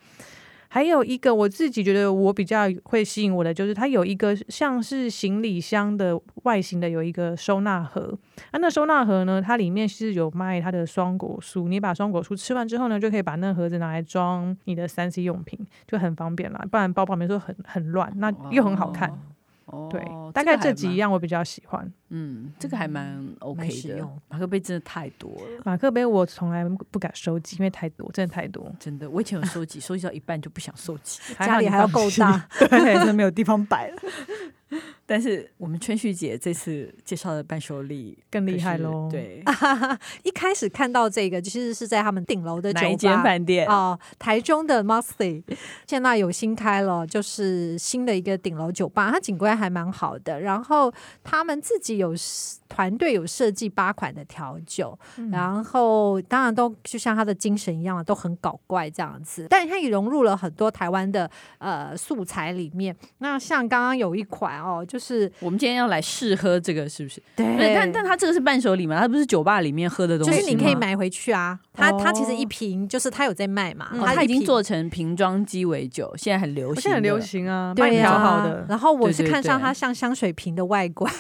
Speaker 3: 还有一个我自己觉得我比较会吸引我的，就是它有一个像是行李箱的外形的有一个收纳盒，啊，那收纳盒呢，它里面是有卖它的双果蔬，你把双果蔬吃完之后呢，就可以把那盒子拿来装你的三 C 用品，就很方便啦。不然包包没说很很乱，那又很好看。
Speaker 1: 哦
Speaker 3: 对，
Speaker 1: 哦
Speaker 3: 大概
Speaker 1: 这
Speaker 3: 这
Speaker 1: 个还
Speaker 3: 几
Speaker 1: 蛮，
Speaker 3: 样我比较喜欢。
Speaker 1: 嗯，这个还蛮 OK
Speaker 2: 实
Speaker 1: 的
Speaker 2: 用。
Speaker 1: 马克杯真的太多了，
Speaker 3: 马克杯我从来不敢收集，因为太多，真的太多。
Speaker 1: 真的。我以前有收集，收集到一半就不想收集， [LAUGHS]
Speaker 2: 家里还要够大，
Speaker 1: 对，真的没有地方摆了。 [LAUGHS] 但是我们春旭姐这次介绍的伴手礼
Speaker 3: 更厉
Speaker 1: 可
Speaker 3: 害
Speaker 1: 是
Speaker 3: 咯
Speaker 1: 对，
Speaker 2: 一开始看到这个，其实是在他们顶楼的酒
Speaker 1: 哪一间
Speaker 2: 吧。
Speaker 1: 饭店？
Speaker 2: 哦，台中的 Mossy [LAUGHS] 现在有新开了，就是新的一个顶楼酒吧，它景观还蛮好的。然后他们自己有 s- 团队有设计八款的调酒，
Speaker 1: 嗯
Speaker 2: 然后当然都就像他的精神一样，都很搞怪这样子。但它也融入了很多台湾的呃素材里面。那像刚刚有一款哦，就是
Speaker 1: 我们今天要来试喝这个是不是？
Speaker 2: 对
Speaker 1: 对，但但它这个是伴手礼嘛，它不是酒吧里面喝的东西
Speaker 2: 就
Speaker 1: 吗，
Speaker 2: 是你可以买回去啊，它它其实一
Speaker 3: 哦
Speaker 2: 瓶就是它有在卖嘛，
Speaker 3: 嗯
Speaker 1: 哦。
Speaker 2: 它
Speaker 1: 它
Speaker 2: 一
Speaker 1: 已经
Speaker 2: 瓶
Speaker 1: 做成瓶装鸡尾酒，现在很流行，
Speaker 3: 哦现在很流。行啊，卖
Speaker 2: 对呀
Speaker 3: 调好
Speaker 2: [LAUGHS]
Speaker 3: 的。
Speaker 2: 然后我
Speaker 1: 对
Speaker 2: 是
Speaker 1: 对
Speaker 2: 看上
Speaker 1: 对
Speaker 2: 它像香水瓶的外观，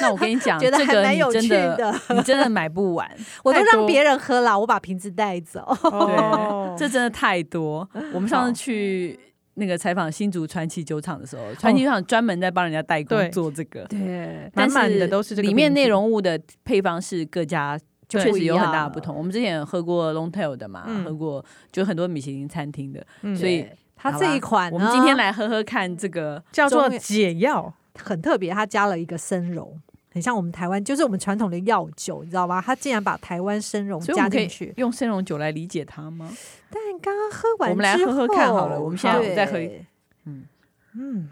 Speaker 1: 那我跟你
Speaker 3: [LAUGHS]
Speaker 1: 讲，
Speaker 2: 觉得
Speaker 1: 啊这
Speaker 2: 还
Speaker 1: 个
Speaker 2: 蛮
Speaker 1: 你
Speaker 2: 有
Speaker 1: 真
Speaker 2: 趣
Speaker 1: 的
Speaker 2: 的。
Speaker 1: [LAUGHS] 你真的买不完，
Speaker 2: 我都
Speaker 3: 太
Speaker 2: 让
Speaker 3: 多
Speaker 2: 别人喝了，我把瓶子带走。
Speaker 3: 哦，
Speaker 1: 这真的太
Speaker 3: [LAUGHS]
Speaker 1: 多。我们上次
Speaker 3: 好
Speaker 1: 去那个采访新竹传奇酒厂的时候，传奇酒厂专门在帮人家代工
Speaker 3: 哦对
Speaker 1: 做这个，
Speaker 2: 对，
Speaker 1: 但
Speaker 3: 满满的都是这个
Speaker 1: 里面
Speaker 3: 瓶子
Speaker 1: 内容物的配方是各家。
Speaker 2: [LAUGHS] 就
Speaker 1: 确
Speaker 2: 不
Speaker 1: 实
Speaker 2: 一
Speaker 1: 有很大的
Speaker 2: 样
Speaker 1: 不同。我们之前有喝过 Longtail 的嘛，
Speaker 3: 嗯
Speaker 1: 喝过就很多米其林餐厅的，
Speaker 3: 嗯
Speaker 1: 所以
Speaker 2: 它
Speaker 1: 好
Speaker 2: 这一
Speaker 1: 吧
Speaker 2: 款呢，
Speaker 1: 我们
Speaker 3: 哦
Speaker 1: 今天来喝喝看这个
Speaker 3: 叫做
Speaker 2: 中
Speaker 3: 解药。
Speaker 2: 很特别，它加了一个生茸。很像我们台湾，就是我们传统的药酒，你知道吗？他竟然把台湾生茸
Speaker 1: 所以我
Speaker 2: 加
Speaker 1: 们可
Speaker 2: 进
Speaker 1: 以
Speaker 2: 去，
Speaker 1: 用生溶酒来理解它吗？
Speaker 2: 但刚刚喝完
Speaker 1: 我们来
Speaker 2: 之
Speaker 1: 喝喝看好
Speaker 2: 后
Speaker 1: 了我们现在我们再喝
Speaker 2: 对
Speaker 3: 嗯，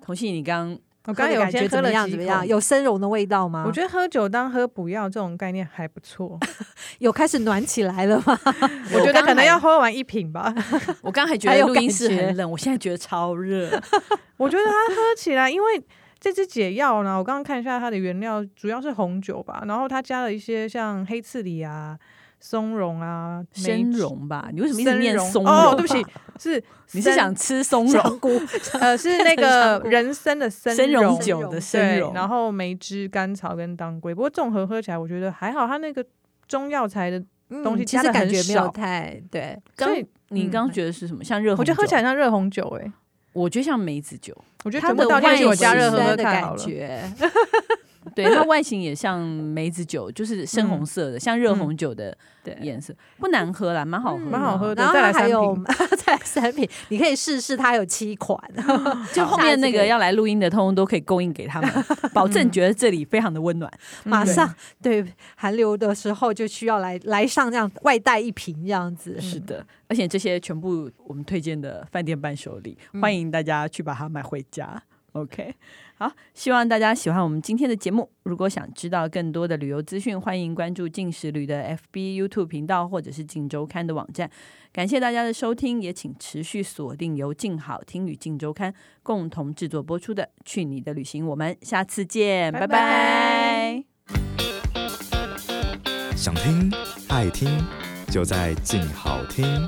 Speaker 1: 同信，你刚
Speaker 3: 我
Speaker 2: 喝
Speaker 3: 刚
Speaker 2: 的
Speaker 3: 有
Speaker 2: 感觉
Speaker 3: 先
Speaker 2: 怎
Speaker 3: 喝
Speaker 2: 么
Speaker 3: 了
Speaker 2: 样？
Speaker 3: 几
Speaker 2: 怎么样？
Speaker 3: 口
Speaker 2: 有生茸的味道
Speaker 1: 啊
Speaker 2: 吗？
Speaker 3: 我觉得喝酒当喝补药这种概念还
Speaker 1: [LAUGHS]
Speaker 3: 不错，
Speaker 2: 有开始暖起来了吗？
Speaker 3: 我觉得可能要
Speaker 1: 我刚
Speaker 3: 喝完一瓶吧。
Speaker 1: 还我刚还觉
Speaker 2: 还
Speaker 1: 得
Speaker 2: 有
Speaker 1: 录音
Speaker 2: 感
Speaker 1: 室
Speaker 2: 觉
Speaker 1: 很冷，我现在觉得超热。
Speaker 3: 我觉得它喝起来，因为这支解药呢，我刚刚看一下它的原料，主要是红酒吧，然后它加了一些像黑刺梨啊、松茸啊、梅
Speaker 1: 生茸吧？你为什么一直
Speaker 3: 生
Speaker 1: 念
Speaker 3: 茸
Speaker 1: 松茸？
Speaker 3: 哦，对
Speaker 1: [LAUGHS]
Speaker 3: 不起，，是
Speaker 1: 你是
Speaker 3: 生
Speaker 1: 想吃松茸
Speaker 2: 香菇，
Speaker 3: 呃
Speaker 1: [LAUGHS]
Speaker 3: 是那
Speaker 1: 香
Speaker 3: 个
Speaker 1: 菇
Speaker 3: 人参的参
Speaker 1: 生
Speaker 3: 茸
Speaker 1: 茸酒的生
Speaker 3: 对
Speaker 1: 茸？，
Speaker 3: 然后梅枝、甘草跟当归。不过综合喝起来，我觉得还好，它那个中药材的，东西
Speaker 2: 嗯其
Speaker 3: 加
Speaker 2: 实
Speaker 3: 得
Speaker 2: 感
Speaker 3: 很
Speaker 2: 觉没有
Speaker 3: 少
Speaker 2: 太对。
Speaker 1: 刚
Speaker 3: 所以
Speaker 1: 你
Speaker 3: 嗯
Speaker 1: 刚觉得是什么？像热红
Speaker 3: 我
Speaker 1: 酒？
Speaker 3: 觉得喝起来，像热红酒哎、
Speaker 1: 我觉得像梅子酒，
Speaker 3: 我觉得
Speaker 2: 它
Speaker 3: 全
Speaker 2: 的
Speaker 3: 部倒进
Speaker 2: 外
Speaker 3: 去，我加热喝
Speaker 2: 形
Speaker 3: 喝
Speaker 2: 的
Speaker 3: 看好
Speaker 2: 感
Speaker 3: 了。
Speaker 2: 觉，
Speaker 1: 对，它外形也像梅子酒，就是深红色的，像热红酒的
Speaker 3: 对，
Speaker 1: 颜色，不难喝啦，蛮好喝，
Speaker 3: 蛮好喝的
Speaker 2: [LAUGHS] 然后
Speaker 3: 再来
Speaker 2: 它还
Speaker 3: 三
Speaker 2: 有
Speaker 3: 瓶 [LAUGHS]
Speaker 2: 再来三瓶，你可以试试，它有七款，
Speaker 1: 就后
Speaker 2: 下
Speaker 1: 面
Speaker 2: 次
Speaker 1: 那
Speaker 2: 可
Speaker 1: 个
Speaker 2: 以
Speaker 1: 要来录音的，通通都可以供应给他们，保证觉得这里非常的温暖。
Speaker 2: 马
Speaker 3: 对
Speaker 2: 上对寒流的时候就需要来来上这样外带一瓶这样子，
Speaker 1: 是的，
Speaker 3: 嗯
Speaker 1: 而且这些全部我们推荐的饭店伴手礼，
Speaker 3: 嗯
Speaker 1: 欢迎大家去把它买回家。OK，好，希望大家喜欢我们今天的节目。如果想知道更多的旅游资讯，欢迎关注进食旅的 FB、YouTube 频道或者是静周刊的网站。感谢大家的收听，也请持续锁定由静好听与静周刊共同制作播出的《去你的旅行》，我们下次见，
Speaker 3: 拜
Speaker 1: 拜拜
Speaker 3: 拜
Speaker 5: 想听爱听，就在静好听。